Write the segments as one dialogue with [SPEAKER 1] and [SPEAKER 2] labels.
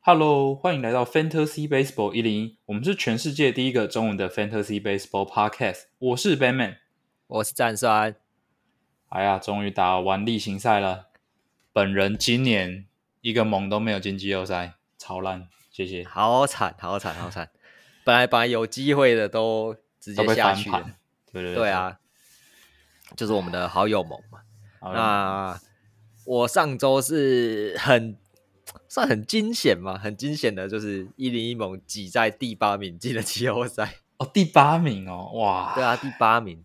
[SPEAKER 1] Hello，欢迎来到 Fantasy Baseball 一零一，我们是全世界第一个中文的 Fantasy Baseball Podcast。我是 Batman。
[SPEAKER 2] 我是战酸，
[SPEAKER 1] 哎呀，终于打完例行赛了，本人今年一个盟都没有进季后赛，超烂，谢谢。
[SPEAKER 2] 好惨，好惨，好惨！本来本来有机会的都直
[SPEAKER 1] 都
[SPEAKER 2] 接
[SPEAKER 1] 被翻
[SPEAKER 2] 下去了
[SPEAKER 1] 盘，，对对
[SPEAKER 2] 对，啊，就是我们的好友盟嘛。
[SPEAKER 1] 好了，
[SPEAKER 2] 那我上周是很算很惊险嘛，很惊险的，就是一零一盟挤在第八名进了季后赛，
[SPEAKER 1] 哦，第八名哦，哇，
[SPEAKER 2] 对啊，第八名，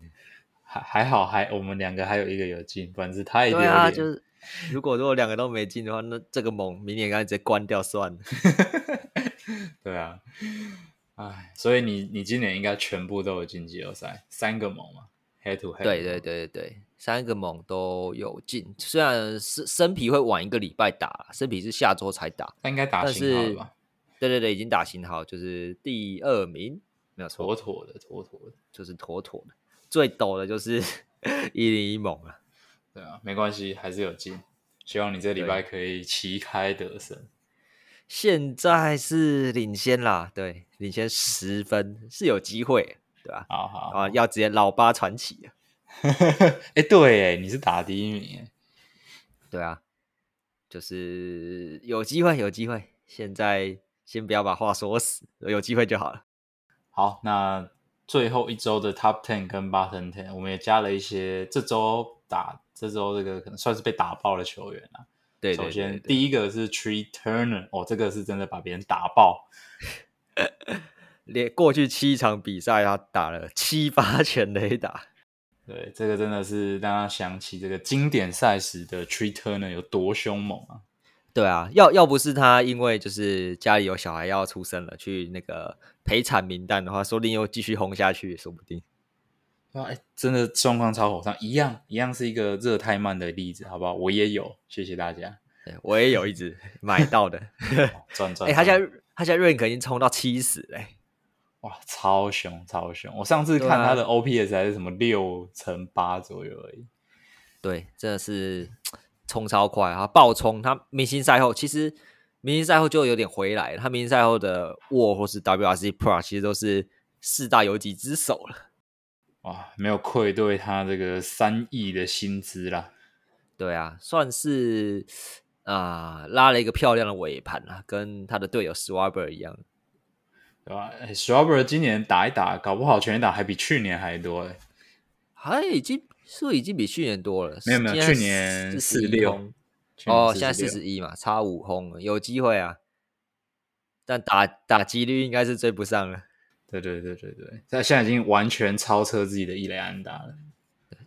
[SPEAKER 1] 还还好，还我们两个还有一个有进，不然是太丢
[SPEAKER 2] 对
[SPEAKER 1] 脸。
[SPEAKER 2] 啊，就是如果如果两个都没进的话，那这个盟明年干脆直接关掉算了。
[SPEAKER 1] 对啊，哎，所以你你今年应该全部都有进季后赛，三个盟嘛，head to head。
[SPEAKER 2] 对对对对对，三个盟都有进，虽然是生皮会晚一个礼拜打，生皮是下周才打。
[SPEAKER 1] 那应该打
[SPEAKER 2] 但
[SPEAKER 1] 信号
[SPEAKER 2] 是
[SPEAKER 1] 了吧？
[SPEAKER 2] 对对对，已经打型号，就是第二名，没有
[SPEAKER 1] 妥
[SPEAKER 2] 错，
[SPEAKER 1] 妥的，妥妥的。
[SPEAKER 2] 就是妥妥的。最陡的就是 一零一盟了，
[SPEAKER 1] 对啊，没关系，还是有进。希望你这礼拜可以旗开得胜。
[SPEAKER 2] 现在是领先啦，对，领先十分是有机会，对吧、
[SPEAKER 1] 好好，
[SPEAKER 2] 啊，要直接老八传奇了，
[SPEAKER 1] 哎、对耶，你是打第一名耶，
[SPEAKER 2] 对啊，就是有机会，有机会。现在先不要把话说死，有机会就好了。
[SPEAKER 1] 好，那最后一周的 Top Ten 跟 Bottom Ten，我们也加了一些这周打这周这个可能算是被打爆的球员啊。
[SPEAKER 2] 对
[SPEAKER 1] 首
[SPEAKER 2] 对对
[SPEAKER 1] 先
[SPEAKER 2] 对，
[SPEAKER 1] 第一个是 Tree Turner，哦，这个是真的把别人打爆，
[SPEAKER 2] 连过去七场比赛，他打了七八全垒打，
[SPEAKER 1] 对，这个真的是让他想起这个经典赛时的 Tree Turner 有多凶猛啊！
[SPEAKER 2] 对啊，要要不是他因为就是家里有小孩要出生了，去那个陪产名单的话，说不定又继续轰下去，也说不定。
[SPEAKER 1] 啊，哎，真的状况超火上，一样一样是一个热泰曼的例子，好不好？我也有，谢谢大家。
[SPEAKER 2] 对我也有一 只买到的，
[SPEAKER 1] 哦赚
[SPEAKER 2] 哎、
[SPEAKER 1] 赚，赚
[SPEAKER 2] 他现在他现在 rank 已经冲到七十欸嘞，
[SPEAKER 1] 哇，超凶超凶！我上次
[SPEAKER 2] 对
[SPEAKER 1] 看他
[SPEAKER 2] 啊
[SPEAKER 1] 的 OPS 还是什么六乘八左右而已。
[SPEAKER 2] 对，真的是冲超快啊，他爆冲！他明星赛后其实明星赛后就有点回来了，他明星赛后的 WAR 或是 WRC Pro 其实都是四大游击之首了。
[SPEAKER 1] 哇，没有愧对他这个三亿的薪资啦。
[SPEAKER 2] 对啊，算是啊、拉了一个漂亮的尾盘啊，跟他的队友 Swaber 一样。
[SPEAKER 1] 对吧、哎 s t r a w b e r 今年打一打，搞不好全垒打还比去年还多、哎
[SPEAKER 2] 还已经是不是已经比去年多了？
[SPEAKER 1] 没有没有，去年
[SPEAKER 2] 四
[SPEAKER 1] 六，去年
[SPEAKER 2] 哦，现在四
[SPEAKER 1] 46
[SPEAKER 2] 十一嘛，差五轰了，有机会啊。但打打击率应该是追不上了。
[SPEAKER 1] 对对对对对，他现在已经完全超车自己的一垒安打了，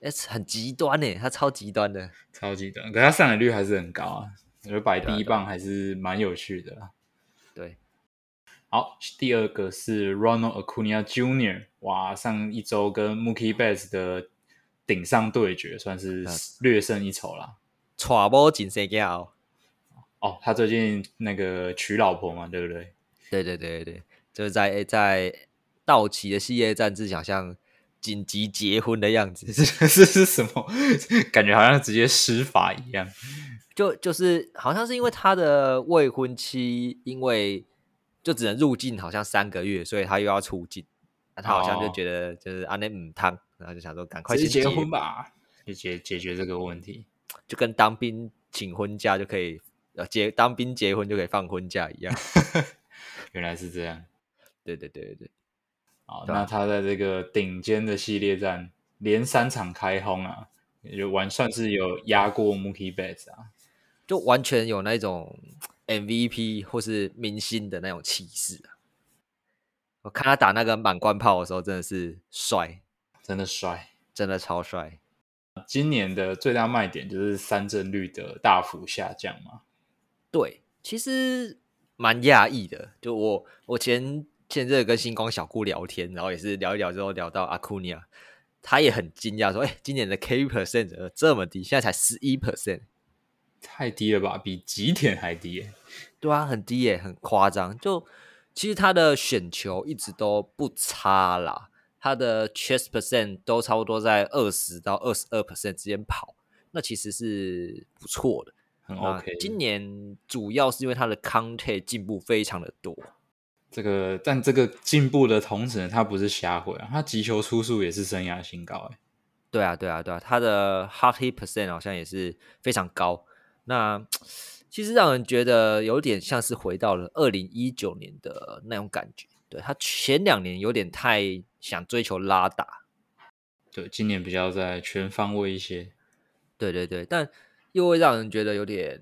[SPEAKER 2] 哎，很极端呢、他超极端的。
[SPEAKER 1] 超级短，可是他上垒率还是很高啊，我觉得摆
[SPEAKER 2] 对啊
[SPEAKER 1] 第一
[SPEAKER 2] 对啊
[SPEAKER 1] 棒还是蛮有趣的啦。
[SPEAKER 2] 对，
[SPEAKER 1] 好，第二个是 Ronald Acuna Jr.，哇，上一周跟 Mookie Betts 的顶上对决算是
[SPEAKER 2] 啊
[SPEAKER 1] 略胜一筹啦。
[SPEAKER 2] 喘波紧谁哦。
[SPEAKER 1] 哦，他最近那个娶老婆嘛，对不 对？
[SPEAKER 2] 对对对对对，就是在在道奇的系列战之前，好像紧急结婚的样子。
[SPEAKER 1] 是是什么？ 感觉好像直接施法一样。
[SPEAKER 2] 就就是好像是因为他的未婚妻，因为就只能入境好像三个月，所以他又要出境，那他好像就
[SPEAKER 1] 哦
[SPEAKER 2] 觉得就是啊那母汤，然后就想说赶快
[SPEAKER 1] 直
[SPEAKER 2] 先
[SPEAKER 1] 接
[SPEAKER 2] 结
[SPEAKER 1] 结婚，吧，就解解决这个问题。
[SPEAKER 2] 就跟当兵请婚假就可以呃结当兵结婚就可以放婚假一样。
[SPEAKER 1] 原来是这样。
[SPEAKER 2] 对对对对对，
[SPEAKER 1] 好，
[SPEAKER 2] 对啊
[SPEAKER 1] 那他在这个顶尖的系列战连三场开轰啊，也就完算是有压过 Mookie Betts 啊。
[SPEAKER 2] 就完全有那种 MVP 或是明星的那种气势啊！我看他打那个满贯炮的时候，真的是帅，
[SPEAKER 1] 真的帅。
[SPEAKER 2] 真的超帅。
[SPEAKER 1] 今年的最大卖点就是三振率的大幅下降嘛。
[SPEAKER 2] 对，其实蛮讶异的。就我我前前阵子跟星光小姑聊天，然后也是聊一聊之后聊到阿库尼亚，他也很惊讶说：“哎、今年的 K percent 怎么这么低？现在才十一 percent。
[SPEAKER 1] 太低了吧，比吉田还低耶。”
[SPEAKER 2] 对啊，很低耶、很夸张。就其实他的选球一直都不差啦，他的 chest percent 都差不多在二十到二十二 percent 之间跑，那其实是不错的。
[SPEAKER 1] 很
[SPEAKER 2] 那
[SPEAKER 1] OK。
[SPEAKER 2] 啊今年主要是因为他的 Conte 进步非常的多，
[SPEAKER 1] 这个，但这个进步的同时呢，他不是瞎回啊，他击球出数也是生涯新高哎、
[SPEAKER 2] 对啊，对啊，对啊，他的 hard hit percent 好像也是非常高。那其实让人觉得有点像是回到了二零一九年的那种感觉。对他前两年有点太想追求拉打，
[SPEAKER 1] 对，今年比较在全方位一些。
[SPEAKER 2] 对对对，但又会让人觉得有点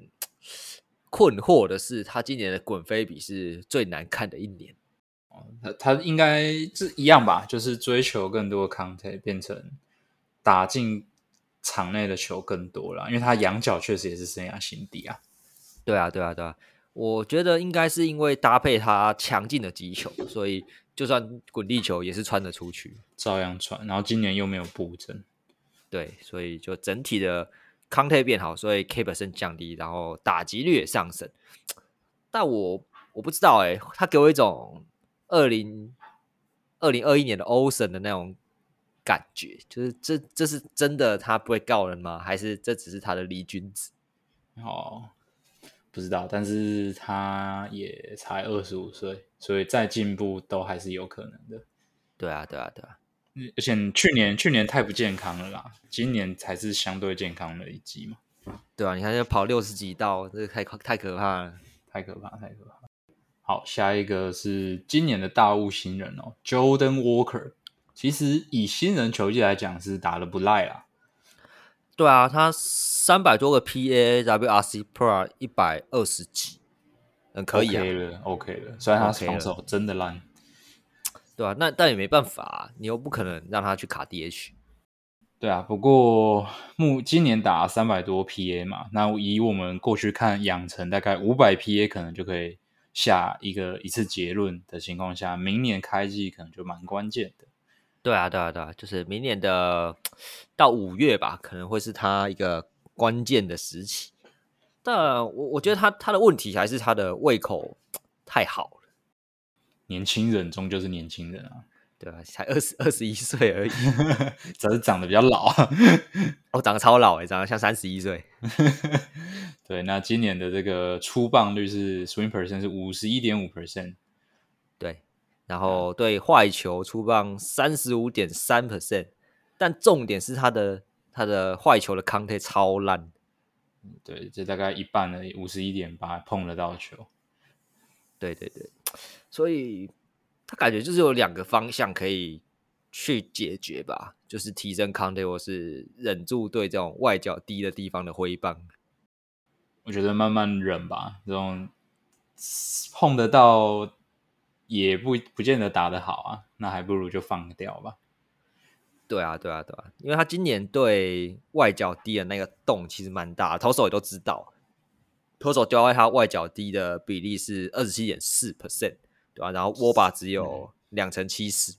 [SPEAKER 2] 困惑的是，他今年的滚飞比是最难看的一年。
[SPEAKER 1] 他他应该是一样吧，就是追求更多的 content，变成打进场内的球更多了，因为他仰角确实也是生涯新低啊。
[SPEAKER 2] 对啊，对啊，对啊，我觉得应该是因为搭配他强劲的击球，所以就算滚地球也是穿得出去。
[SPEAKER 1] 照样传，然后今年又没有布阵，
[SPEAKER 2] 对，所以就整体的 content 变好，所以 K 本身降低，然后打击率也上升。但我我不知道哎、欸，他给我一种二零二零二一年的 Ocean 的那种感觉，就是这这是真的他不会告人吗？还是这只是他的离君子？
[SPEAKER 1] 哦，不知道，但是他也才二十五岁，所以再进步都还是有可能的。
[SPEAKER 2] 对啊，对啊，对啊，
[SPEAKER 1] 而且去年去年太不健康了啦，今年才是相对健康的一季嘛，
[SPEAKER 2] 对啊！你看，要跑六十几道，这个太可太可怕了。
[SPEAKER 1] 太可怕，太可怕。好，下一个是今年的大物新人哦，Jordan Walker。其实以新人球技来讲是打的不赖啦，
[SPEAKER 2] 对啊，他三百多个 PA WRC Pro 啊一百二十几，很可以啊。
[SPEAKER 1] OK 了，OK 了。虽然他
[SPEAKER 2] OK 了
[SPEAKER 1] 防守真的烂
[SPEAKER 2] 对啊，那但也没办法、啊，你又不可能让他去卡 DH。
[SPEAKER 1] 对啊，不过目今年打三百多 PA 嘛，那以我们过去看养成大概五百 PA 可能就可以下一个一次结论的情况下，明年开季可能就蛮关键的。
[SPEAKER 2] 对啊，对啊，对啊，就是明年的到五月吧，可能会是他一个关键的时期。但我我觉得他他的问题还是他的胃口太好了，
[SPEAKER 1] 年轻人终究是年轻人啊，
[SPEAKER 2] 对吧、才二十二十一岁而已，
[SPEAKER 1] 只是长得比较老啊。
[SPEAKER 2] 我、长得超老诶、欸长得像三十一岁。
[SPEAKER 1] 对，那今年的这个出棒率是 swing percent 是五十一点五 percent，
[SPEAKER 2] 对，然后对坏球出棒三十五点三 percent，但重点是他的他的坏球的 contact 超烂。
[SPEAKER 1] 对，这大概一半而已，五十一点八碰得到球。
[SPEAKER 2] 对对对，所以他感觉就是有两个方向可以去解决吧，就是提升康泰，或是忍住对这种外角低的地方的挥棒。
[SPEAKER 1] 我觉得慢慢忍吧，这种碰得到也不不见得打得好啊，那还不如就放掉吧。
[SPEAKER 2] 对啊，对啊，对啊，因为他今年对外角低的那个洞其实蛮大的，投手也都知道，投手丢在他外角低的比例是二十七点四 percent，对吧、然后握把只有两成七十，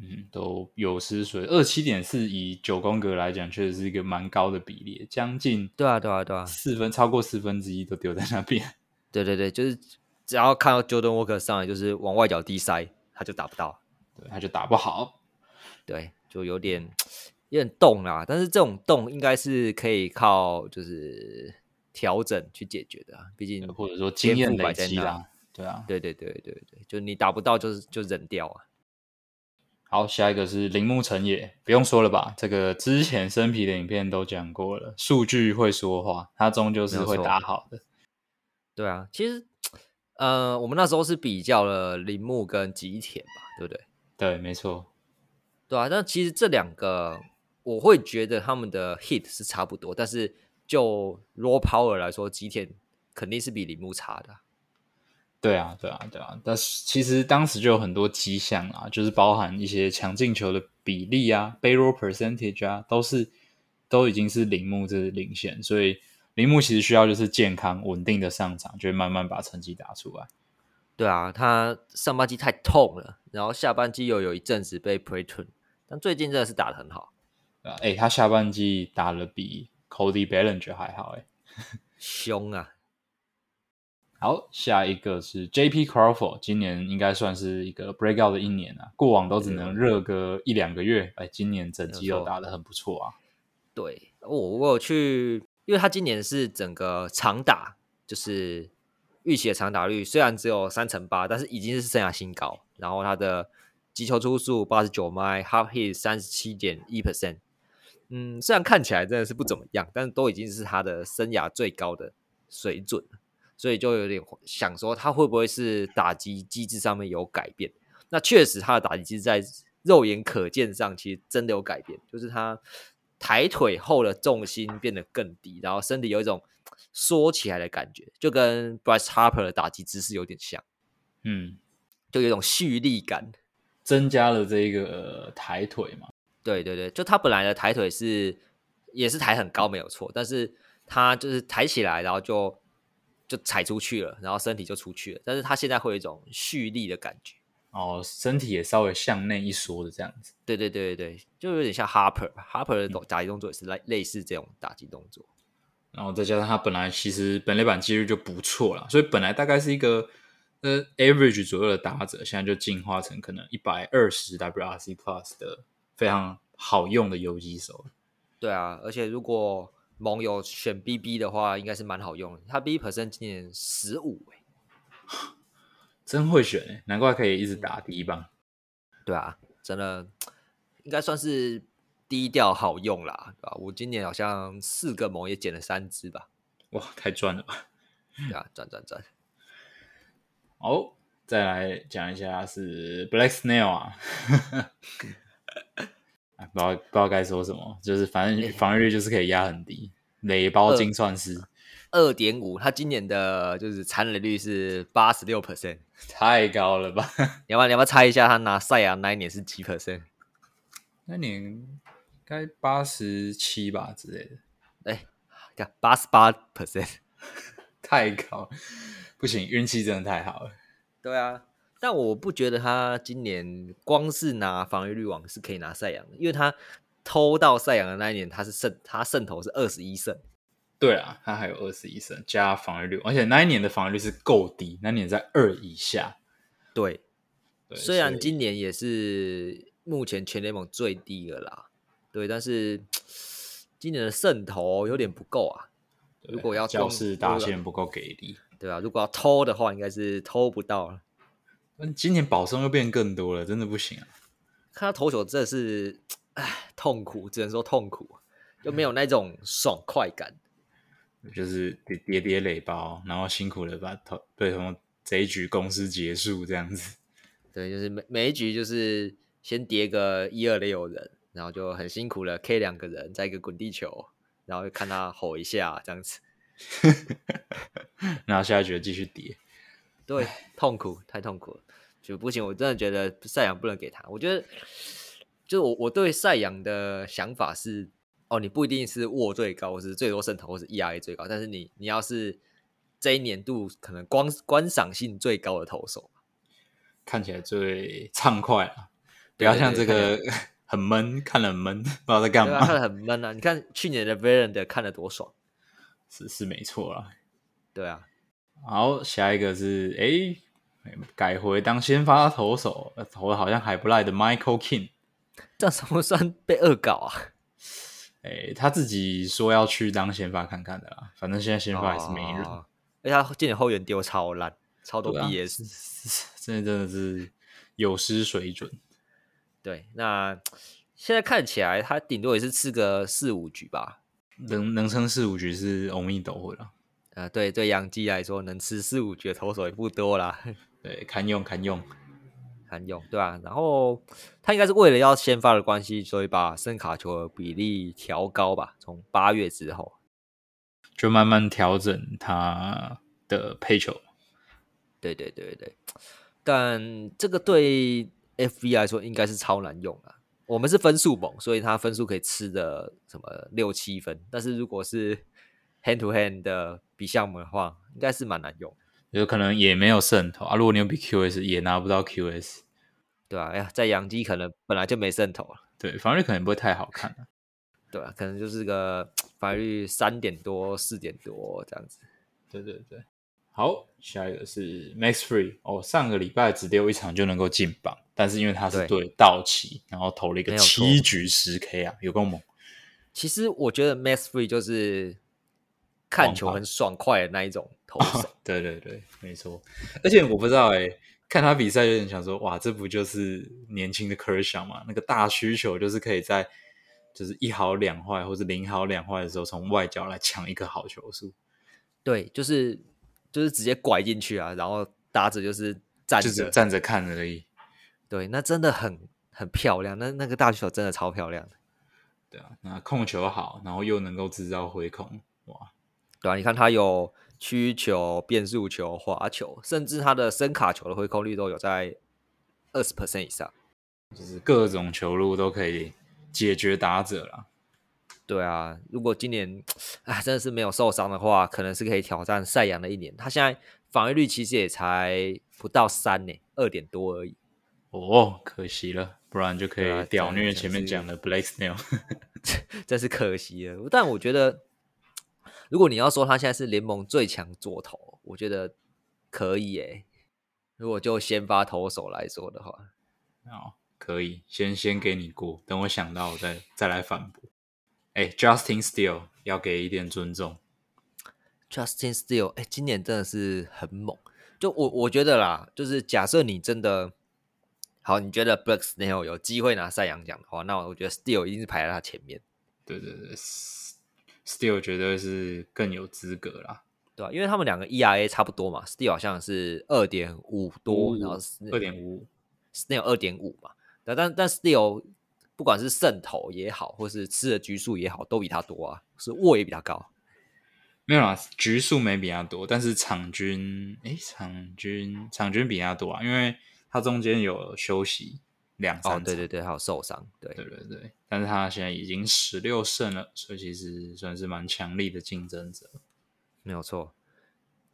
[SPEAKER 1] 嗯，都有失水，二七点四以九宫格来讲，确实是一个蛮高的比例，将近
[SPEAKER 2] 对啊，对啊，对啊，
[SPEAKER 1] 四分超过四分之一都丢在那边。
[SPEAKER 2] 对对对，就是只要看到 Jordan Walker 上来，就是往外角低塞，他就打不到。
[SPEAKER 1] 对，他就打不好。
[SPEAKER 2] 对，就有点有点动啦。但是这种动应该是可以靠就是调整去解决的、啊，毕竟
[SPEAKER 1] 呃或者说经验累积
[SPEAKER 2] 天赋摆在
[SPEAKER 1] 啦。对啊
[SPEAKER 2] 那。，对对对对对，就你打不到就是就忍掉啊。
[SPEAKER 1] 好，下一个是铃木成也，不用说了吧？这个之前生皮的影片都讲过了，数据会说话，他终究是
[SPEAKER 2] 没有
[SPEAKER 1] 会
[SPEAKER 2] 错
[SPEAKER 1] 打好的。
[SPEAKER 2] 对啊，其实呃，我们那时候是比较了铃木跟吉田吧，对不对？
[SPEAKER 1] 对，没错。
[SPEAKER 2] 对啊，但其实这两个我会觉得他们的 hit 是差不多，但是就 raw power 来说，吉田肯定是比铃木差的啊、
[SPEAKER 1] 对啊，对啊，对啊，但是其实当时就有很多迹象啊，就是包含一些强进球的比例啊、背 a percentage 啊，都是都已经是铃木这是领先，所以铃木其实需要就是健康稳定的上场，就会慢慢把成绩打出来。
[SPEAKER 2] 对啊，他上半季太痛了，然后下半季又有一阵子被 p r e t u n 但最近真的是打得很好，
[SPEAKER 1] 对啊，哎，他下半季打了比 Cody Bellinger 还好哎。
[SPEAKER 2] 凶啊！
[SPEAKER 1] 好，下一个是 J.P. Crawford，今年应该算是一个 breakout 的一年啊，过往都只能热个一两个月，哎，今年整季
[SPEAKER 2] 没有
[SPEAKER 1] 都
[SPEAKER 2] 错
[SPEAKER 1] 打得很不错啊。
[SPEAKER 2] 对我我有去因为他今年是整个长打，就是预期的长打率虽然只有三成八，但是已经是生涯新高。然后他的击球出速八十九迈，half hit 三十七点一 percent。嗯，虽然看起来真的是不怎么样，但都已经是他的生涯最高的水准了，所以就有点想说他会不会是打击机制上面有改变？那确实他的打击机制在肉眼可见上其实真的有改变，就是他抬腿后的重心变得更低，然后身体有一种缩起来的感觉，就跟 Bryce Harper 的打击姿势有点像，
[SPEAKER 1] 嗯，
[SPEAKER 2] 就有一种蓄力感。
[SPEAKER 1] 增加了这个、呃抬腿嘛。
[SPEAKER 2] 对对对，就他本来的抬腿是也是抬很高没有错，但是他就是抬起来，然后就就踩出去了，然后身体就出去了。但是他现在会有一种蓄力的感觉。
[SPEAKER 1] 哦，身体也稍微向内一缩的这样子。
[SPEAKER 2] 对对对对对，就有点像 Harper，Harper 的动打击动作也是类类似这种打击动作。
[SPEAKER 1] 然后再加上他本来其实本垒板几率就不错啦，所以本来大概是一个呃 average 左右的打者，现在就进化成可能一百二十 WRC plus 的非常好用的游击手。
[SPEAKER 2] 对啊，而且如果盟友选 BB 的话，应该是蛮好用的。他 BB percent 今年十五哎，
[SPEAKER 1] 真会选、欸，难怪可以一直打第一棒。
[SPEAKER 2] 对啊，真的应该算是低调好用啦，对吧、我今年好像四个盟也捡了三只吧，
[SPEAKER 1] 哇，太赚了吧！
[SPEAKER 2] 对啊，转转转。
[SPEAKER 1] 哦，再来讲一下是 Black Snail 啊， 哎不知道不知道该说什么，就是反正防御率就是可以压很低，垒包精算 师、
[SPEAKER 2] 二点五，他今年的就是残忍率是八十六 percent。
[SPEAKER 1] 太高了吧？
[SPEAKER 2] 你要不要你要不要猜一下他拿赛亚那一年是几 percent？
[SPEAKER 1] 那年应该八十七吧之类的，
[SPEAKER 2] 哎，看八十八 percent。
[SPEAKER 1] 太高了，不行，运气真的太好了。
[SPEAKER 2] 对啊，但我不觉得他今年光是拿防御率王是可以拿赛扬的，因为他偷到赛扬的那一年，他是胜，他胜投是二十一胜。
[SPEAKER 1] 对啊，他还有二十一胜加防御率，而且那一年的防御率是够低，那年在二以下。
[SPEAKER 2] 对，
[SPEAKER 1] 对，
[SPEAKER 2] 虽然
[SPEAKER 1] 所以
[SPEAKER 2] 今年也是目前全联盟最低了啦，对，但是今年的胜投有点不够啊。
[SPEAKER 1] 对
[SPEAKER 2] 如果要
[SPEAKER 1] 教
[SPEAKER 2] 用
[SPEAKER 1] 室打
[SPEAKER 2] 如果
[SPEAKER 1] 线不够给力，
[SPEAKER 2] 对啊，如果要偷的话，应该是偷不到了。
[SPEAKER 1] 但今年保送又变更多了，真的不行啊！
[SPEAKER 2] 看他投球真的是，唉，痛苦，只能说痛苦，就
[SPEAKER 1] 嗯
[SPEAKER 2] 没有那种爽快感。
[SPEAKER 1] 就是叠叠叠垒包，然后辛苦的把投对什么这一局公司结束这样子。
[SPEAKER 2] 对，就是每每一局就是先叠个一二六人，然后就很辛苦了 K 两个人，再一个滚地球，然后就看他吼一下这样子。
[SPEAKER 1] 然后下一局继续叠，
[SPEAKER 2] 对，痛苦，太痛苦了，就不行。我真的觉得赛扬不能给他。我觉得，就是我我对赛扬的想法是，哦，你不一定是握最高，或是最多胜投，或是 ERA 最高，但是你你要是这一年度可能光观赏性最高的投手，
[SPEAKER 1] 看起来最畅快了，不
[SPEAKER 2] 对
[SPEAKER 1] 要
[SPEAKER 2] 对
[SPEAKER 1] 像这
[SPEAKER 2] 对
[SPEAKER 1] 个很闷，看了很闷，不知道在干
[SPEAKER 2] 对吧、看
[SPEAKER 1] 嘛。
[SPEAKER 2] 得很闷啊。你看去年的 Variant 看得多爽，
[SPEAKER 1] 是是没错啦。
[SPEAKER 2] 对啊，
[SPEAKER 1] 好，下一个是诶，改回当先发投手，呃投的好像还不赖的 Michael King。
[SPEAKER 2] 这样算不算被恶搞 啊？
[SPEAKER 1] 诶，他自己说要去当先发看看的啦，反正现在先发也是没人，
[SPEAKER 2] 哦而且他今年后援丢超烂，超多
[SPEAKER 1] 对啊
[SPEAKER 2] BS。
[SPEAKER 1] 真的真的是有失水准。
[SPEAKER 2] 对，那现在看起来他顶多也是吃个四五局吧。
[SPEAKER 1] 能能撑四五局是欧米斗会了，
[SPEAKER 2] 呃，对，对杨基来说，能吃四五局的投手也不多啦，
[SPEAKER 1] 对，堪用堪用。
[SPEAKER 2] 很用对吧、然后他应该是为了要先发的关系，所以把圣卡球的比例调高吧，从八月之后。
[SPEAKER 1] 就慢慢调整他的配球。
[SPEAKER 2] 对对对对，但这个对 FV 来说应该是超难用啊。我们是分数猛，所以他分数可以吃的什么六七分，但是如果是 hand to hand 的比项目的话，应该是蛮难用。
[SPEAKER 1] 有可能也没有渗透啊，如果你有比 QS 也拿不到 QS，
[SPEAKER 2] 对啊，哎呀，在洋基可能本来就没渗透了，
[SPEAKER 1] 对，防御可能不会太好看、啊。
[SPEAKER 2] 对啊，可能就是个法律三点多、四点多这样子。
[SPEAKER 1] 对对对，好，下一个是 Max Free 哦，上个礼拜只丢一场就能够进榜，但是因为他是
[SPEAKER 2] 对
[SPEAKER 1] 对道奇，然后投了一
[SPEAKER 2] 没
[SPEAKER 1] 个
[SPEAKER 2] 有错
[SPEAKER 1] 七局十 K 啊，有够猛。
[SPEAKER 2] 其实我觉得 Max Free 就是看球很爽快的那一种投手。
[SPEAKER 1] 对对对，没错。而且我不知道哎、看他比赛有点想说，哇，这不就是年轻的 Kershaw 嘛？那个大需求就是可以在就是一好两坏或者零好两坏的时候，从外角来抢一个好球数，
[SPEAKER 2] 对，就是就是直接拐进去啊，然后打者就是站
[SPEAKER 1] 就
[SPEAKER 2] 着，
[SPEAKER 1] 是站着看而已。
[SPEAKER 2] 对，那真的很很漂亮，那那个大球真的超漂亮的。
[SPEAKER 1] 对啊，那控球好，然后又能够制造回空，哇，
[SPEAKER 2] 对啊，你看他有曲球、变速球、滑球，甚至他的声卡球的回空率都有在二十 percent 以上。
[SPEAKER 1] 就是各种球路都可以解决打者啦。
[SPEAKER 2] 对啊，如果今年啊真的是没有受伤的话，可能是可以挑战赛扬的一年。他现在防御率其实也才不到三呢、二点多而已。
[SPEAKER 1] 哦，可惜了，不然就可
[SPEAKER 2] 对啊
[SPEAKER 1] 以屌虐
[SPEAKER 2] 真的是
[SPEAKER 1] 前面讲的 Blake Snell。
[SPEAKER 2] 真是可惜了。但我觉得，如果你要说他现在是联盟最强左投，我觉得可以诶、如果就先发投手来说的话，
[SPEAKER 1] 哦，可以，先先给你过，等我想到我再再来反驳。哎，Justin Steele 要给一点尊重，
[SPEAKER 2] Justin Steele，哎、今年真的是很猛。就我我觉得啦，就是假设你真的好，你觉得 Black Snail 有机会拿赛扬奖的话，那我觉得 Steele 一定是排在他前面，
[SPEAKER 1] 对对对，S-，Steele 绝对是更有资格啦，
[SPEAKER 2] 对吧、因为他们两个 ERA 差不多嘛，Steele 好像是二点五多，然后
[SPEAKER 1] 二点五，
[SPEAKER 2] Snail 二点五嘛，那但但 Steele 不管是胜投也好，或是吃的局数也好，都比他多啊，是握也比他高。
[SPEAKER 1] 没有啦，局数没比他多，但是场均，哎，场均场均比他多啊，因为他中间有休息两三
[SPEAKER 2] 哦，
[SPEAKER 1] 场，
[SPEAKER 2] 对对对，还有受伤，对
[SPEAKER 1] 对对对，但是他现在已经十六胜了，所以其实算是蛮强力的竞争者。
[SPEAKER 2] 没有错，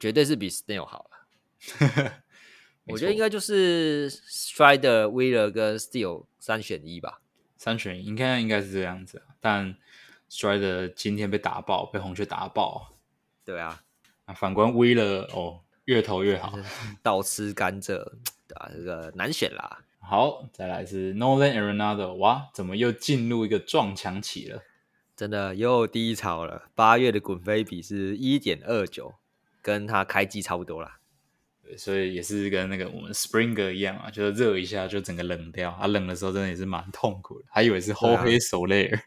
[SPEAKER 2] 绝对是比 Snail 好了。
[SPEAKER 1] 没
[SPEAKER 2] 我觉得
[SPEAKER 1] 错
[SPEAKER 2] 应该就是 Strider、Wheeler 跟 Steel 三选一吧。
[SPEAKER 1] 三选一应该应该是这样子啊。但 Strider 今天被打爆，被红雀打爆
[SPEAKER 2] 对啊，
[SPEAKER 1] 啊。反观 w e e l e r 哦，越投越好。
[SPEAKER 2] 倒吃甘蔗，对啊，这个难选啦。
[SPEAKER 1] 好，再来是 Nolan Arenado，哇，怎么又进入一个撞墙期了？
[SPEAKER 2] 真的又低潮了。八月的滚飞比是一点二九，跟他开机差不多啦。
[SPEAKER 1] 对所以也是跟那个我们 Springer 一样啊，就是热一下就整个冷掉啊，冷的时候真的也是蛮痛苦的，还以为是
[SPEAKER 2] 对
[SPEAKER 1] 后
[SPEAKER 2] 啊
[SPEAKER 1] 黑手累尔，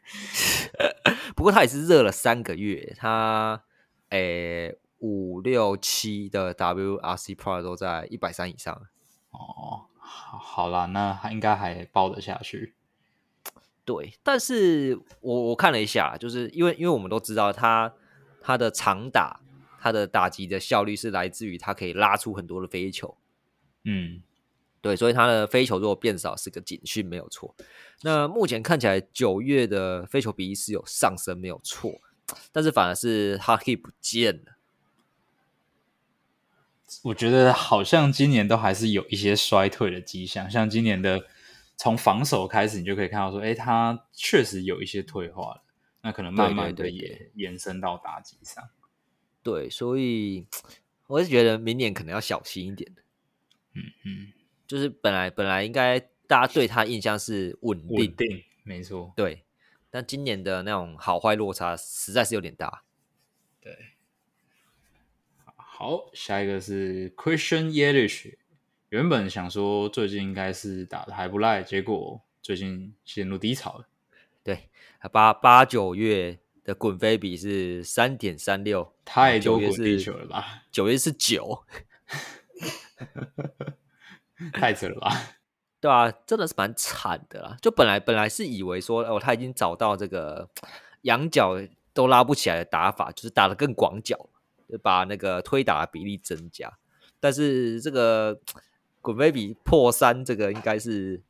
[SPEAKER 2] 不过他也是热了三个月，他诶五六七的 WRC Pro 都在一百三以上。
[SPEAKER 1] 哦，好好啦，那还应该还抱得下去，
[SPEAKER 2] 对，但是我我看了一下，就是因为因为我们都知道他他的长打，他的打击的效率是来自于他可以拉出很多的飞球，
[SPEAKER 1] 嗯，
[SPEAKER 2] 对，所以他的飞球如果变少是个警讯，没有错。那目前看起来九月的飞球比例是有上升，没有错，但是反而是 h o c k e y 不见了。
[SPEAKER 1] 我觉得好像今年都还是有一些衰退的迹象，像今年的从防守开始，你就可以看到说，哎，他确实有一些退化了，那可能慢慢的
[SPEAKER 2] 对对
[SPEAKER 1] 也
[SPEAKER 2] 对
[SPEAKER 1] 延伸到打击上。
[SPEAKER 2] 对，所以我是觉得明年可能要小心一点。
[SPEAKER 1] 嗯嗯，
[SPEAKER 2] 就是本来本来应该大家对他印象是稳定，
[SPEAKER 1] 稳定，没错。
[SPEAKER 2] 对，但今年的那种好坏落差实在是有点大。
[SPEAKER 1] 好，下一个是 Christian Yelich，原本想说最近应该是打的还不赖，结果最近陷入低潮了。
[SPEAKER 2] 对，八八九月的滚飞比是三点三六，
[SPEAKER 1] 太
[SPEAKER 2] 啊九
[SPEAKER 1] 多
[SPEAKER 2] 月
[SPEAKER 1] 滚地
[SPEAKER 2] 是
[SPEAKER 1] 球了吧？
[SPEAKER 2] 九月是九，
[SPEAKER 1] 太扯了吧？
[SPEAKER 2] 对啊，真的是蛮惨的啦。就本来本来是以为说，哦，他已经找到这个仰角都拉不起来的打法，就是打得更广角，就把那个推打的比例增加。但是这个滚飞比破三，这个应该是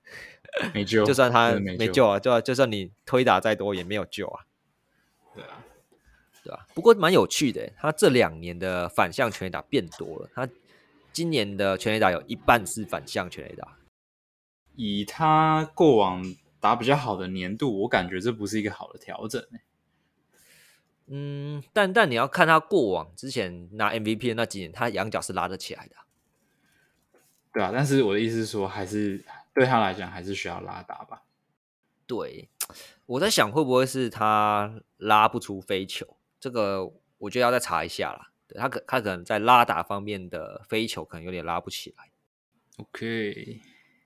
[SPEAKER 1] 没救，
[SPEAKER 2] 就算他
[SPEAKER 1] 真的
[SPEAKER 2] 没
[SPEAKER 1] 救
[SPEAKER 2] 救啊，就就算你推打再多也没有救啊，
[SPEAKER 1] 对啊，
[SPEAKER 2] 对吧、不过蛮有趣的，欸他这两年的反向全垒打变多了，他今年的全垒打有一半是反向全垒打，
[SPEAKER 1] 以他过往打比较好的年度，我感觉这不是一个好的调整、欸。
[SPEAKER 2] 嗯，但但你要看他过往之前拿 MVP 的那几年，他仰角是拉得起来的啊，
[SPEAKER 1] 对啊，但是我的意思是说，还是对他来讲，还是需要拉打吧。
[SPEAKER 2] 对，我在想会不会是他拉不出飞球，这个我觉得要再查一下啦。对他可他可能在拉打方面的飞球可能有点拉不起来，
[SPEAKER 1] OK，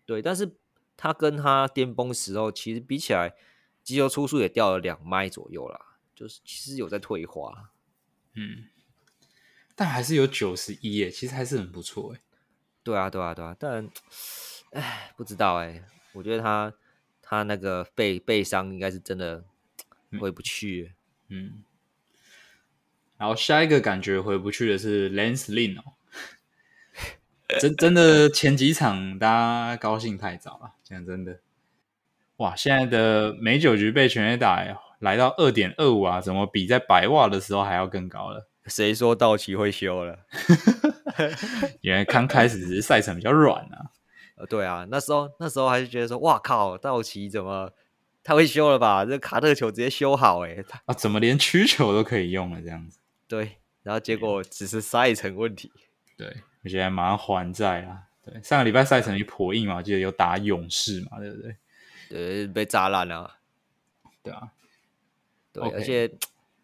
[SPEAKER 2] 对，但是他跟他巅峰时候其实比起来，击球出速也掉了两迈左右啦，就是其实有在退化。
[SPEAKER 1] 嗯，但还是有九十一耶，其实还是很不错哎。
[SPEAKER 2] 对啊，对啊，对啊，但唉，不知道哎、我觉得他他那个背背伤应该是真的回不去了。
[SPEAKER 1] 嗯，然后下一个感觉回不去的是 Lance Lin 哦， 真真的前几场大家高兴太早了，讲真的，哇，现在的每九局被全垒打来到二点二五啊，怎么比在白袜的时候还要更高了？
[SPEAKER 2] 谁说道奇会修了？
[SPEAKER 1] 原来刚开始只是赛程比较软啊，
[SPEAKER 2] 呃，对啊，那时候那时候还是觉得说，哇靠，道奇怎么他会修了吧？这卡特球直接修好哎、他
[SPEAKER 1] 啊，怎么连曲球都可以用了这样子？
[SPEAKER 2] 对，啊然后结果只是赛程问题。
[SPEAKER 1] 对，而且还马上还债啊。对，上个礼拜赛程也颇硬嘛，我记得有打勇士嘛，对不对？
[SPEAKER 2] 对，被炸烂了、啊
[SPEAKER 1] 对啊，
[SPEAKER 2] 对
[SPEAKER 1] OK
[SPEAKER 2] 而且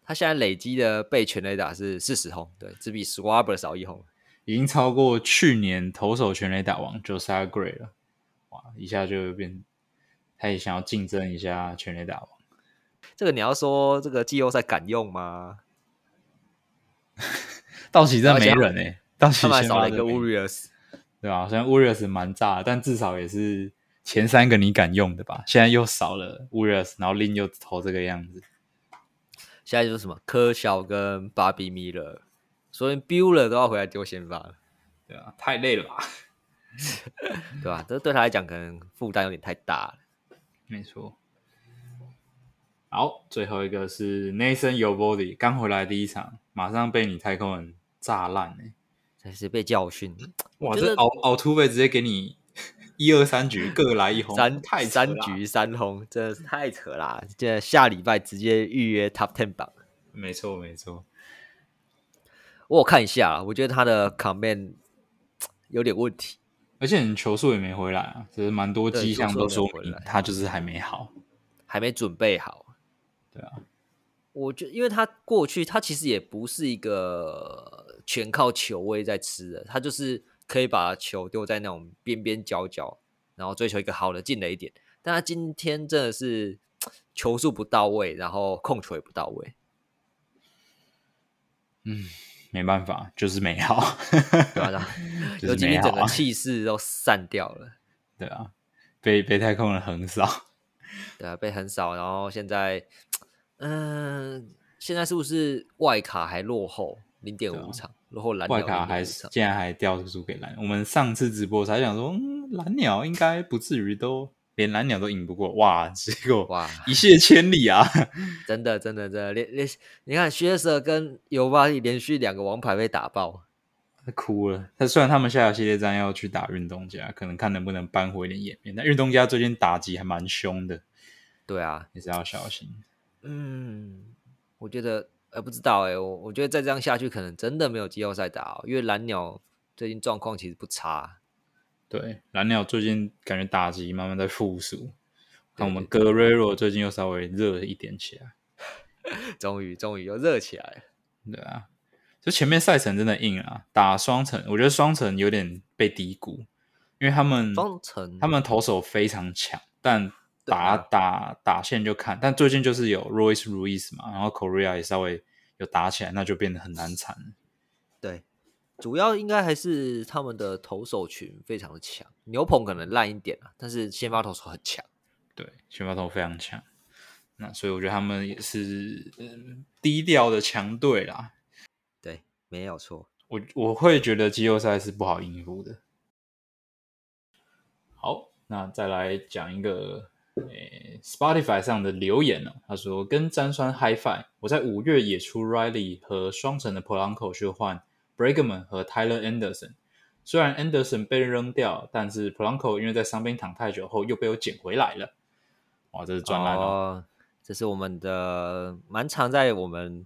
[SPEAKER 2] 他现在累积的被全垒打是四十轰，对，只比 Swabber 少一轰。
[SPEAKER 1] 已经超过去年投手全垒打王 Josiah Gray 了，哇，一下就变，他也想要竞争一下全垒打王。
[SPEAKER 2] 这个你要说这个季后赛敢 用吗？
[SPEAKER 1] 道奇真的没人哎、道奇
[SPEAKER 2] 他们还
[SPEAKER 1] 先
[SPEAKER 2] 少
[SPEAKER 1] 发
[SPEAKER 2] 了一个
[SPEAKER 1] 真的没
[SPEAKER 2] Urias，
[SPEAKER 1] 对吧、啊？虽然 Urias 蛮炸的，但至少也是前三个你敢用的吧？现在又少了 Urias，然后 Lin 又投这个样子，
[SPEAKER 2] 现在就是什么科肖跟 Bobby Miller，所以 Bueller 都要回来丢先发了，
[SPEAKER 1] 对啊，太累了吧？
[SPEAKER 2] 对吧、这对他来讲可能负担有点太大了。
[SPEAKER 1] 没错。好，最后一个是 Nathan y o b o d y 刚回来第一场，马上被你太空人炸烂哎、
[SPEAKER 2] 但是被教训，
[SPEAKER 1] 哇，
[SPEAKER 2] 觉得
[SPEAKER 1] 这熬熬突位直接给你一二三局各来一红，
[SPEAKER 2] 三
[SPEAKER 1] 哦太扯啊
[SPEAKER 2] 三
[SPEAKER 1] 啦，
[SPEAKER 2] 局三轰，真的是太扯啦！这下礼拜直接预约 Top Ten 榜。
[SPEAKER 1] 没错没错，
[SPEAKER 2] 我有看一下啊，我觉得他的 comment 有点问题。
[SPEAKER 1] 而且你球速也没回来啊，只是蛮多
[SPEAKER 2] 对
[SPEAKER 1] 迹象
[SPEAKER 2] 球
[SPEAKER 1] 都说
[SPEAKER 2] 速没回
[SPEAKER 1] 明
[SPEAKER 2] 来
[SPEAKER 1] 他就是还没好，
[SPEAKER 2] 还没准备好。
[SPEAKER 1] 对啊，
[SPEAKER 2] 我觉因为他过去他其实也不是一个全靠球威在吃的，他就是可以把球丢在那种边边角角，然后追求一个好的进垒点。但他今天真的是球速不到位，然后控球也不到位。
[SPEAKER 1] 嗯，没办法，就是没好，
[SPEAKER 2] 对啊，然后
[SPEAKER 1] 就
[SPEAKER 2] 尤
[SPEAKER 1] 是
[SPEAKER 2] 其
[SPEAKER 1] 没
[SPEAKER 2] 你
[SPEAKER 1] 好
[SPEAKER 2] 整个
[SPEAKER 1] 啊，
[SPEAKER 2] 气势都散掉了，
[SPEAKER 1] 对啊，被被太空人横扫，
[SPEAKER 2] 对啊，被横扫，然后现在，嗯、现在是不是外卡还落后零点五场，落后蓝
[SPEAKER 1] 啊外
[SPEAKER 2] 鸟
[SPEAKER 1] 卡还
[SPEAKER 2] 0.5
[SPEAKER 1] 是
[SPEAKER 2] 场
[SPEAKER 1] 竟然还掉输给蓝，我们上次直播才想说，嗯，蓝鸟应该不至于都连蓝鸟都赢不过，哇，结果
[SPEAKER 2] 哇，
[SPEAKER 1] 一泻千里啊！
[SPEAKER 2] 真的真的真的，连连你看靴舍跟尤巴利连续两个王牌被打爆，
[SPEAKER 1] 他哭了。他虽然他们下个系列战要去打运动家，可能看能不能扳回一点颜面。但运动家最近打击还蛮凶的，
[SPEAKER 2] 对啊，
[SPEAKER 1] 也是要小心。
[SPEAKER 2] 嗯，我觉得呃不知道哎、我我觉得再这样下去，可能真的没有季后赛打、哦，因为蓝鸟最近状况其实不差，
[SPEAKER 1] 对，蓝鸟最近感觉打击慢慢在复苏。看我们
[SPEAKER 2] 对对
[SPEAKER 1] Guerrero 最近又稍微热一点起来，
[SPEAKER 2] 终于终于又热起来了。
[SPEAKER 1] 对啊，就前面赛程真的硬啊，打双城，我觉得双城有点被低估，因为他们
[SPEAKER 2] 双城
[SPEAKER 1] 他们投手非常强，但打、
[SPEAKER 2] 嗯对啊
[SPEAKER 1] 打打线就看。但最近就是有 Royce Ruiz 嘛，然后 Korea 也稍微有打起来，那就变得很难缠了。
[SPEAKER 2] 对，主要应该还是他们的投手群非常的强，牛棚可能烂一点啊，但是先发投手很强。
[SPEAKER 1] 对，先发投非常强，那所以我觉得他们也是、嗯低调的强队啦。
[SPEAKER 2] 对，没有错。
[SPEAKER 1] 我我会觉得季后赛是不好应付的。好，那再来讲一个，诶、s p o t i f y 上的留言哦，他说跟詹酸 HiFi，我在五月也出 Riley 和双城的 Polanco 去换 Bregman 和 Tyler Anderson。虽然 Anderson 被扔掉，但是 Polanco 因为在伤兵躺太久后又被我捡回来了。哇，这是专栏哦
[SPEAKER 2] 哦，这是我们的蛮常在我们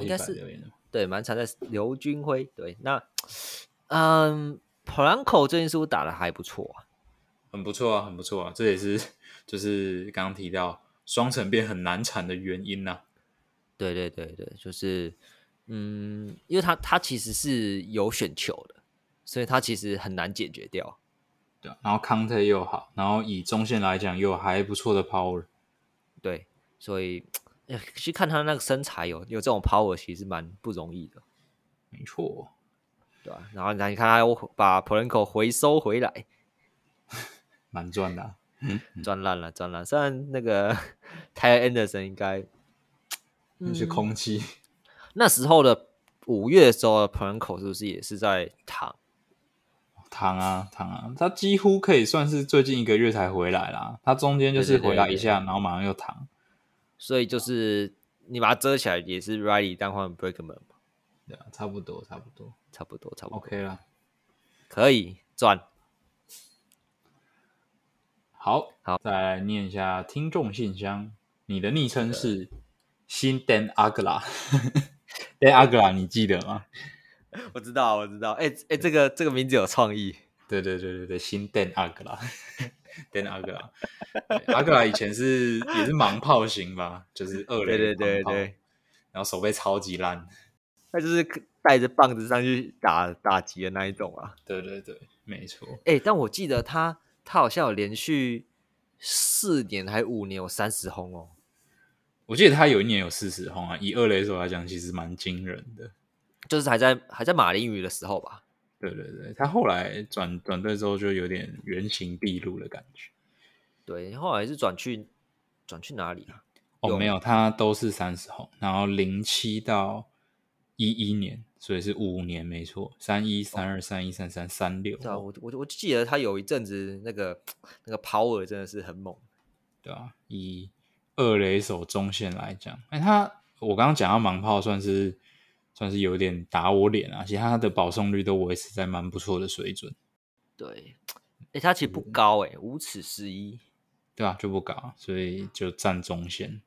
[SPEAKER 2] 应该是
[SPEAKER 1] ，Spotify 留言哦。
[SPEAKER 2] 对蛮常在刘军辉对那嗯，Polanco 最近似乎打的还不错啊。
[SPEAKER 1] 很不错啊，很不错啊，这也是就是刚刚提到双城变很难产的原因呐、
[SPEAKER 2] 对对对对，就是嗯，因为他他其实是有选球的，所以他其实很难解决掉。
[SPEAKER 1] 对啊，然后康特又好，然后以中线来讲又有还不错的 power，
[SPEAKER 2] 对，所以哎其实看他那个身材有有这种 power，其实蛮不容易的，
[SPEAKER 1] 没错。
[SPEAKER 2] 对吧、啊然后你看他又把 p o l e n k o 回收回来，
[SPEAKER 1] 蛮赚的啊、
[SPEAKER 2] 赚烂了，赚烂。虽然那个 Tyler Anderson 应该嗯
[SPEAKER 1] 那些空气。
[SPEAKER 2] 那时候的五月的时候 p o l e n k o 是不是也是在躺？
[SPEAKER 1] 躺啊躺啊，他几乎可以算是最近一个月才回来啦。他中间就是
[SPEAKER 2] 对对对
[SPEAKER 1] 回来
[SPEAKER 2] 对
[SPEAKER 1] 一下，然后马上又躺。
[SPEAKER 2] 所以就是你把它遮起来也是 Riley 单换 Brickman 嘛，
[SPEAKER 1] 对啊，差不多差不多
[SPEAKER 2] 差不多，差不多
[SPEAKER 1] ，OK 啦。
[SPEAKER 2] 可以赚。
[SPEAKER 1] 好，
[SPEAKER 2] 好
[SPEAKER 1] 再来念一下听众信箱。你的昵称是新 Dan Agla。Dan Agla，你记得吗？
[SPEAKER 2] 我知道，我知道。哎、哎、这个这个名字有创意。
[SPEAKER 1] 对对对对对，新 Dan Agla。Dan Agla，阿格拉啊以前是也是盲炮型吧，就是二垒
[SPEAKER 2] 对对对
[SPEAKER 1] 盲炮，
[SPEAKER 2] 对，
[SPEAKER 1] 然后手背超级烂，
[SPEAKER 2] 他就是带着棒子上去打打击的那一种啊。
[SPEAKER 1] 对对对，没错，
[SPEAKER 2] 哎、但我记得他他好像有连续四年还五年有三十轰哦。
[SPEAKER 1] 我记得他有一年有四十轰啊，以二垒手来讲，其实蛮惊人的。
[SPEAKER 2] 就是还在还在马林鱼的时候吧，
[SPEAKER 1] 对对对，他后来转转队之后，就有点原形毕露的感觉。
[SPEAKER 2] 对，后来是转去转去哪里啊？
[SPEAKER 1] 哦，
[SPEAKER 2] 有
[SPEAKER 1] 没有，他都是三十轰，然后零七到一一年，所以是五年没错，三一、三二、三一、三三、三六，
[SPEAKER 2] 对啊，我我我就记得他有一阵子那个那个 power 真的是很猛，
[SPEAKER 1] 对啊，以二垒手中线来讲，哎、他我刚刚讲到盲炮算是算是有点打我脸啊，其实他的保送率都维持在蛮不错的水准。
[SPEAKER 2] 对，哎、他其实不高哎、五尺十一，
[SPEAKER 1] 对啊，就不搞，所以就站中线。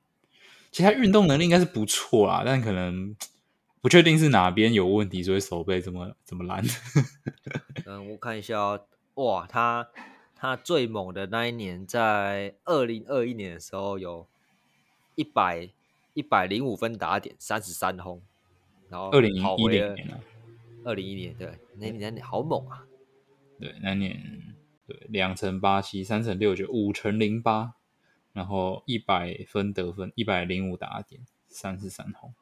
[SPEAKER 1] 其实他运动能力应该是不错啦，但可能不确定是哪边有问题，所以手背这么这么烂。
[SPEAKER 2] 嗯，我看一下、哦，哇，他他最猛的那一年在二零二一年的时候有一百一百零五分打点，三十三轰，然后
[SPEAKER 1] 二零
[SPEAKER 2] 跑
[SPEAKER 1] 一
[SPEAKER 2] 回
[SPEAKER 1] 零
[SPEAKER 2] 了
[SPEAKER 1] 年啊，
[SPEAKER 2] 二零一年，对，那那年好猛啊！
[SPEAKER 1] 对，那年对两乘八七，三乘六九，五乘零八，然后一百分得分，一百零五打点，三十三红，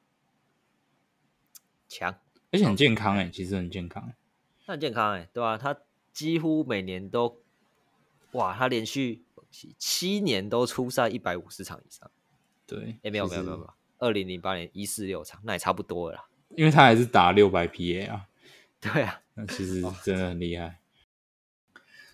[SPEAKER 2] 强，
[SPEAKER 1] 而且很健康哎、其实很健康。
[SPEAKER 2] 那很健康哎、对吧、他几乎每年都，哇，他连续七年都出赛一百五十场以上。
[SPEAKER 1] 对，
[SPEAKER 2] 哎、没有没有
[SPEAKER 1] 其
[SPEAKER 2] 没
[SPEAKER 1] 实
[SPEAKER 2] 有没有，二零零八年一四六场，那也差不多了啦。
[SPEAKER 1] 因为他还是打六百 PA 啊，
[SPEAKER 2] 对啊，
[SPEAKER 1] 那其实真的很厉害。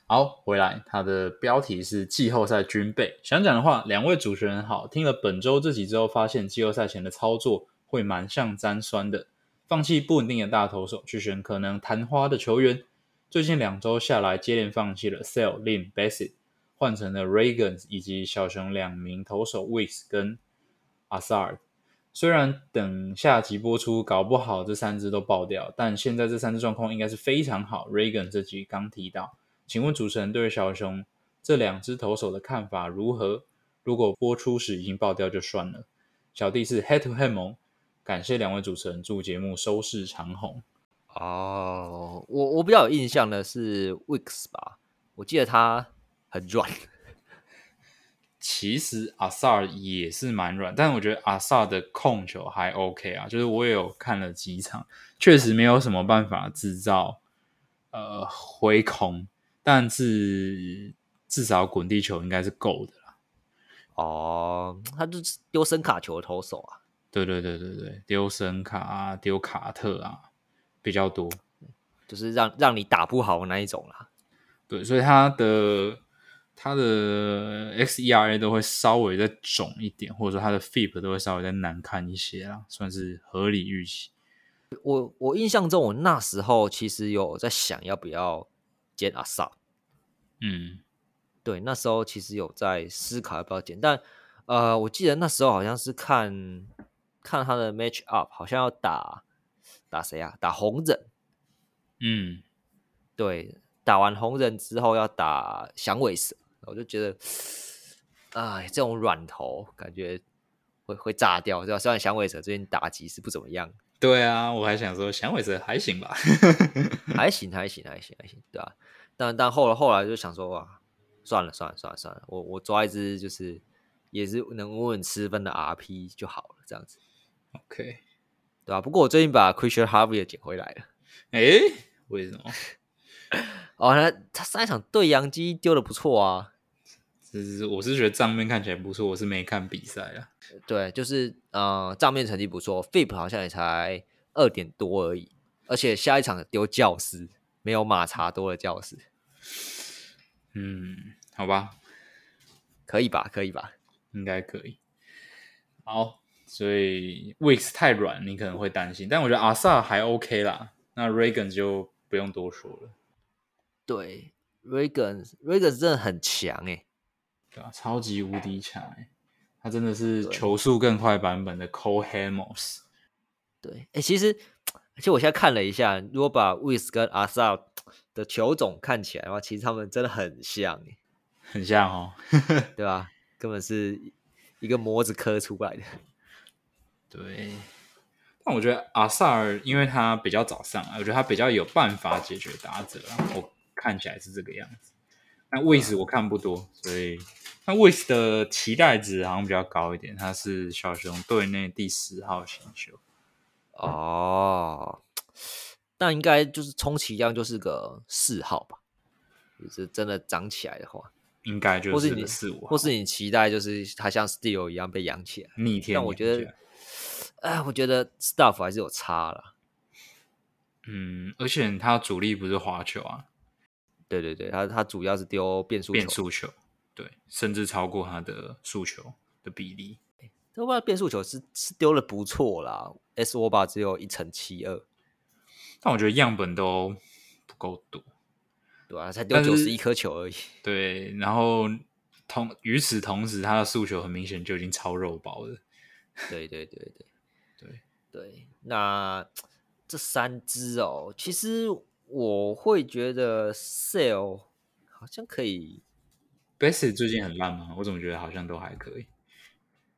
[SPEAKER 1] 好，回来，它的标题是季后赛军备。想讲的话，两位主持人好。听了本周这集之后，发现季后赛前的操作会蛮像詹酸的，放弃不稳定的大投手，去选可能昙花的球员。最近两周下来，接连放弃了 Sale、Lin、Bassett，换成了 Reagans 以及小熊两名投手 Weeks 跟 Asard。虽然等下集播出，搞不好这三只都爆掉，但现在这三只状况应该是非常好。Reagan 这集刚提到，请问主持人对小熊这两只投手的看法如何？如果播出时已经爆掉就算了。小弟是 Head to Head 盟，感谢两位主持人，祝节目收视长虹。
[SPEAKER 2] 哦，我我比较有印象的是 Wix 吧，我记得他很软，
[SPEAKER 1] 其实阿萨尔也是蛮软，但我觉得阿萨尔的控球还 OK 啊，就是我也有看了几场，确实没有什么办法制造呃回空，但是至少滚地球应该是够的啦。
[SPEAKER 2] 哦，他就是丢声卡球的投手啊，
[SPEAKER 1] 对对对对对，丢声卡啊，丢卡特啊比较多。
[SPEAKER 2] 就是让让你打不好的那一种啦。
[SPEAKER 1] 对，所以他的他的 xERA 都会稍微再肿一点，或者说他的 FIP 都会稍微再难看一些啦，算是合理预期。
[SPEAKER 2] 我我印象中，我那时候其实有在想要不要捡阿萨，
[SPEAKER 1] 嗯。
[SPEAKER 2] 对，那时候其实有在思考要不要捡，但呃，我记得那时候好像是看看他的 match up，好像要打打谁啊？打红人，
[SPEAKER 1] 嗯，
[SPEAKER 2] 对，打完红人之后要打响尾蛇，我就觉得，哎，这种软头感觉会会炸掉，对吧？虽然响尾蛇最近打击是不怎么样，
[SPEAKER 1] 对啊，我还想说响尾蛇还行吧，
[SPEAKER 2] 还行，还行，还行，还行，对吧、啊但但后来后来就想说，哇，算了，算了，算了，算了，我我抓一只就是也是能稳稳吃分的 RP 就好了，这样子，
[SPEAKER 1] OK，
[SPEAKER 2] 对吧、不过我最近把 Christian Harvey 也捡回来了。
[SPEAKER 1] 哎、为什么？
[SPEAKER 2] 哦，他他上一场对杨基丢的不错啊，
[SPEAKER 1] 只是我是觉得账面看起来不错，我是没看比赛啊。
[SPEAKER 2] 对，就是呃账面成绩不错，FIP 好像也才二点多而已，而且下一场丢教师，没有马查多的教师，
[SPEAKER 1] 嗯，好吧，
[SPEAKER 2] 可以吧？可以吧？
[SPEAKER 1] 应该可以。好，所以 Weeks 太软，你可能会担心，但我觉得阿萨还 OK 啦。那 Reagan 就不用多说了，
[SPEAKER 2] 对，Reagan Reagan 真的很强欸诶、
[SPEAKER 1] 对吧、超级无敌强、欸，他真的是球速更快版本的 Cole Hamels。
[SPEAKER 2] 对，哎、其实其实我现在看了一下，如果把 Wis 跟阿萨 的球种看起来的话，其实他们真的很像耶，
[SPEAKER 1] 很像哦，
[SPEAKER 2] 对吧？根本是一个模子刻出来的。
[SPEAKER 1] 对，但我觉得阿萨尔因为他比较早上来，我觉得他比较有办法解决打者啊，我看起来是这个样子。那
[SPEAKER 2] 啊
[SPEAKER 1] w i s 我看不多，所以那 w i s 的期待值好像比较高一点，他是小熊队内第十号新秀。
[SPEAKER 2] 哦，那应该就是充其量就是个四号吧，就是真的长起来的话，
[SPEAKER 1] 应该就
[SPEAKER 2] 或是
[SPEAKER 1] 个
[SPEAKER 2] 你
[SPEAKER 1] 四五号，
[SPEAKER 2] 或是你期待就是他像 Steel 一样被养起来。
[SPEAKER 1] 逆天。啊
[SPEAKER 2] 但我觉得，，哎，我觉得 Stuff 还是有差啦。
[SPEAKER 1] 嗯，而且他主力不是滑球啊，
[SPEAKER 2] 对对对，他他主要是丢变速球，
[SPEAKER 1] 变速球，对，甚至超过他的速球的比例。
[SPEAKER 2] 这外变速球是是丢的不错啦，S 我把只有一乘七二，
[SPEAKER 1] 但我觉得样本都不够多。
[SPEAKER 2] 对吧、才丢
[SPEAKER 1] 但
[SPEAKER 2] 九
[SPEAKER 1] 是
[SPEAKER 2] 十一颗球而已。
[SPEAKER 1] 对，然后同与此同时，他的诉求很明显就已经超肉包了。
[SPEAKER 2] 对对对对
[SPEAKER 1] 对
[SPEAKER 2] 对，那这三支哦，其实我会觉得 Sale 好像可以
[SPEAKER 1] b e s s 最近很烂吗？我怎么觉得好像都还可以。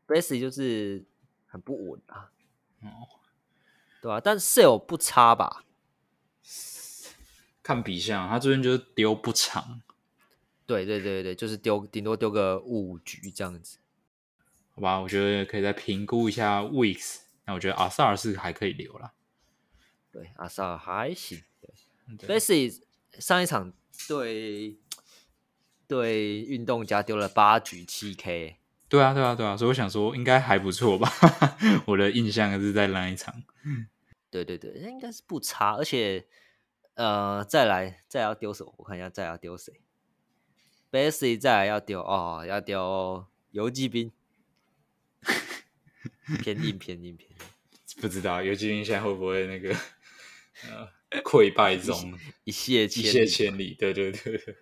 [SPEAKER 2] b a s i c 就是很不稳啊，
[SPEAKER 1] 哦，
[SPEAKER 2] 对吧、但 Sale 不差吧？
[SPEAKER 1] 看比相，他最近就是丢不长，
[SPEAKER 2] 对对对对，就是丢顶多丢个五局这样子。
[SPEAKER 1] 好吧？我觉得可以再评估一下 Weeks。那我觉得阿萨尔是还可以留啦。
[SPEAKER 2] 对，阿萨尔还行。b a
[SPEAKER 1] 嗯对
[SPEAKER 2] s i c 上一场对对运动家丢了八局七 K，
[SPEAKER 1] 对啊，对啊，对啊，所以我想说应该还不错吧。 我的印象是在那一场，
[SPEAKER 2] 对对对，那应该是不差，而且呃，再来再要丢什么？我看一下，再要丢谁 b a s i c 再来要丢哦，要丢游击兵，偏硬偏硬偏硬，
[SPEAKER 1] 不知道尤其兵现在会不会那个呃溃败中，
[SPEAKER 2] 一泻
[SPEAKER 1] 一
[SPEAKER 2] 千
[SPEAKER 1] 泻
[SPEAKER 2] 里。
[SPEAKER 1] 千里。对对对对。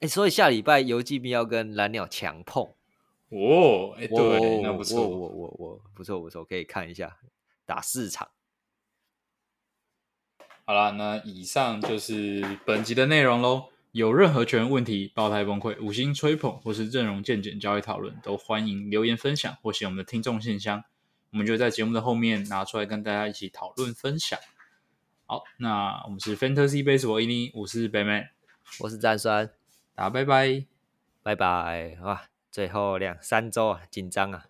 [SPEAKER 2] 哎，所以下礼拜游击兵要跟蓝鸟强碰，
[SPEAKER 1] 哦，哎，对，那
[SPEAKER 2] 哦
[SPEAKER 1] 不错。
[SPEAKER 2] 我我我不错不错，可以看一下打四场。
[SPEAKER 1] 好啦，那以上就是本集的内容喽。有任何球员问题、爆胎崩溃、五星吹捧或是阵容见解交易讨论，都欢迎留言分享或写我们的听众信箱，我们就在节目的后面拿出来跟大家一起讨论分享。好，那我们是 Fantasy Baseball 一零一，我是 Batman，
[SPEAKER 2] 我是战酸，
[SPEAKER 1] 大家拜拜。
[SPEAKER 2] 拜拜哇！最后两三周啊，紧张啊。